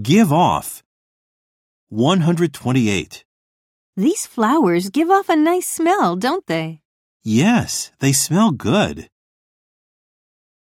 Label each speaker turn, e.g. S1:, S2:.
S1: Give off. 128.
S2: These flowers give off a nice smell, don't they?
S1: Yes, they smell good.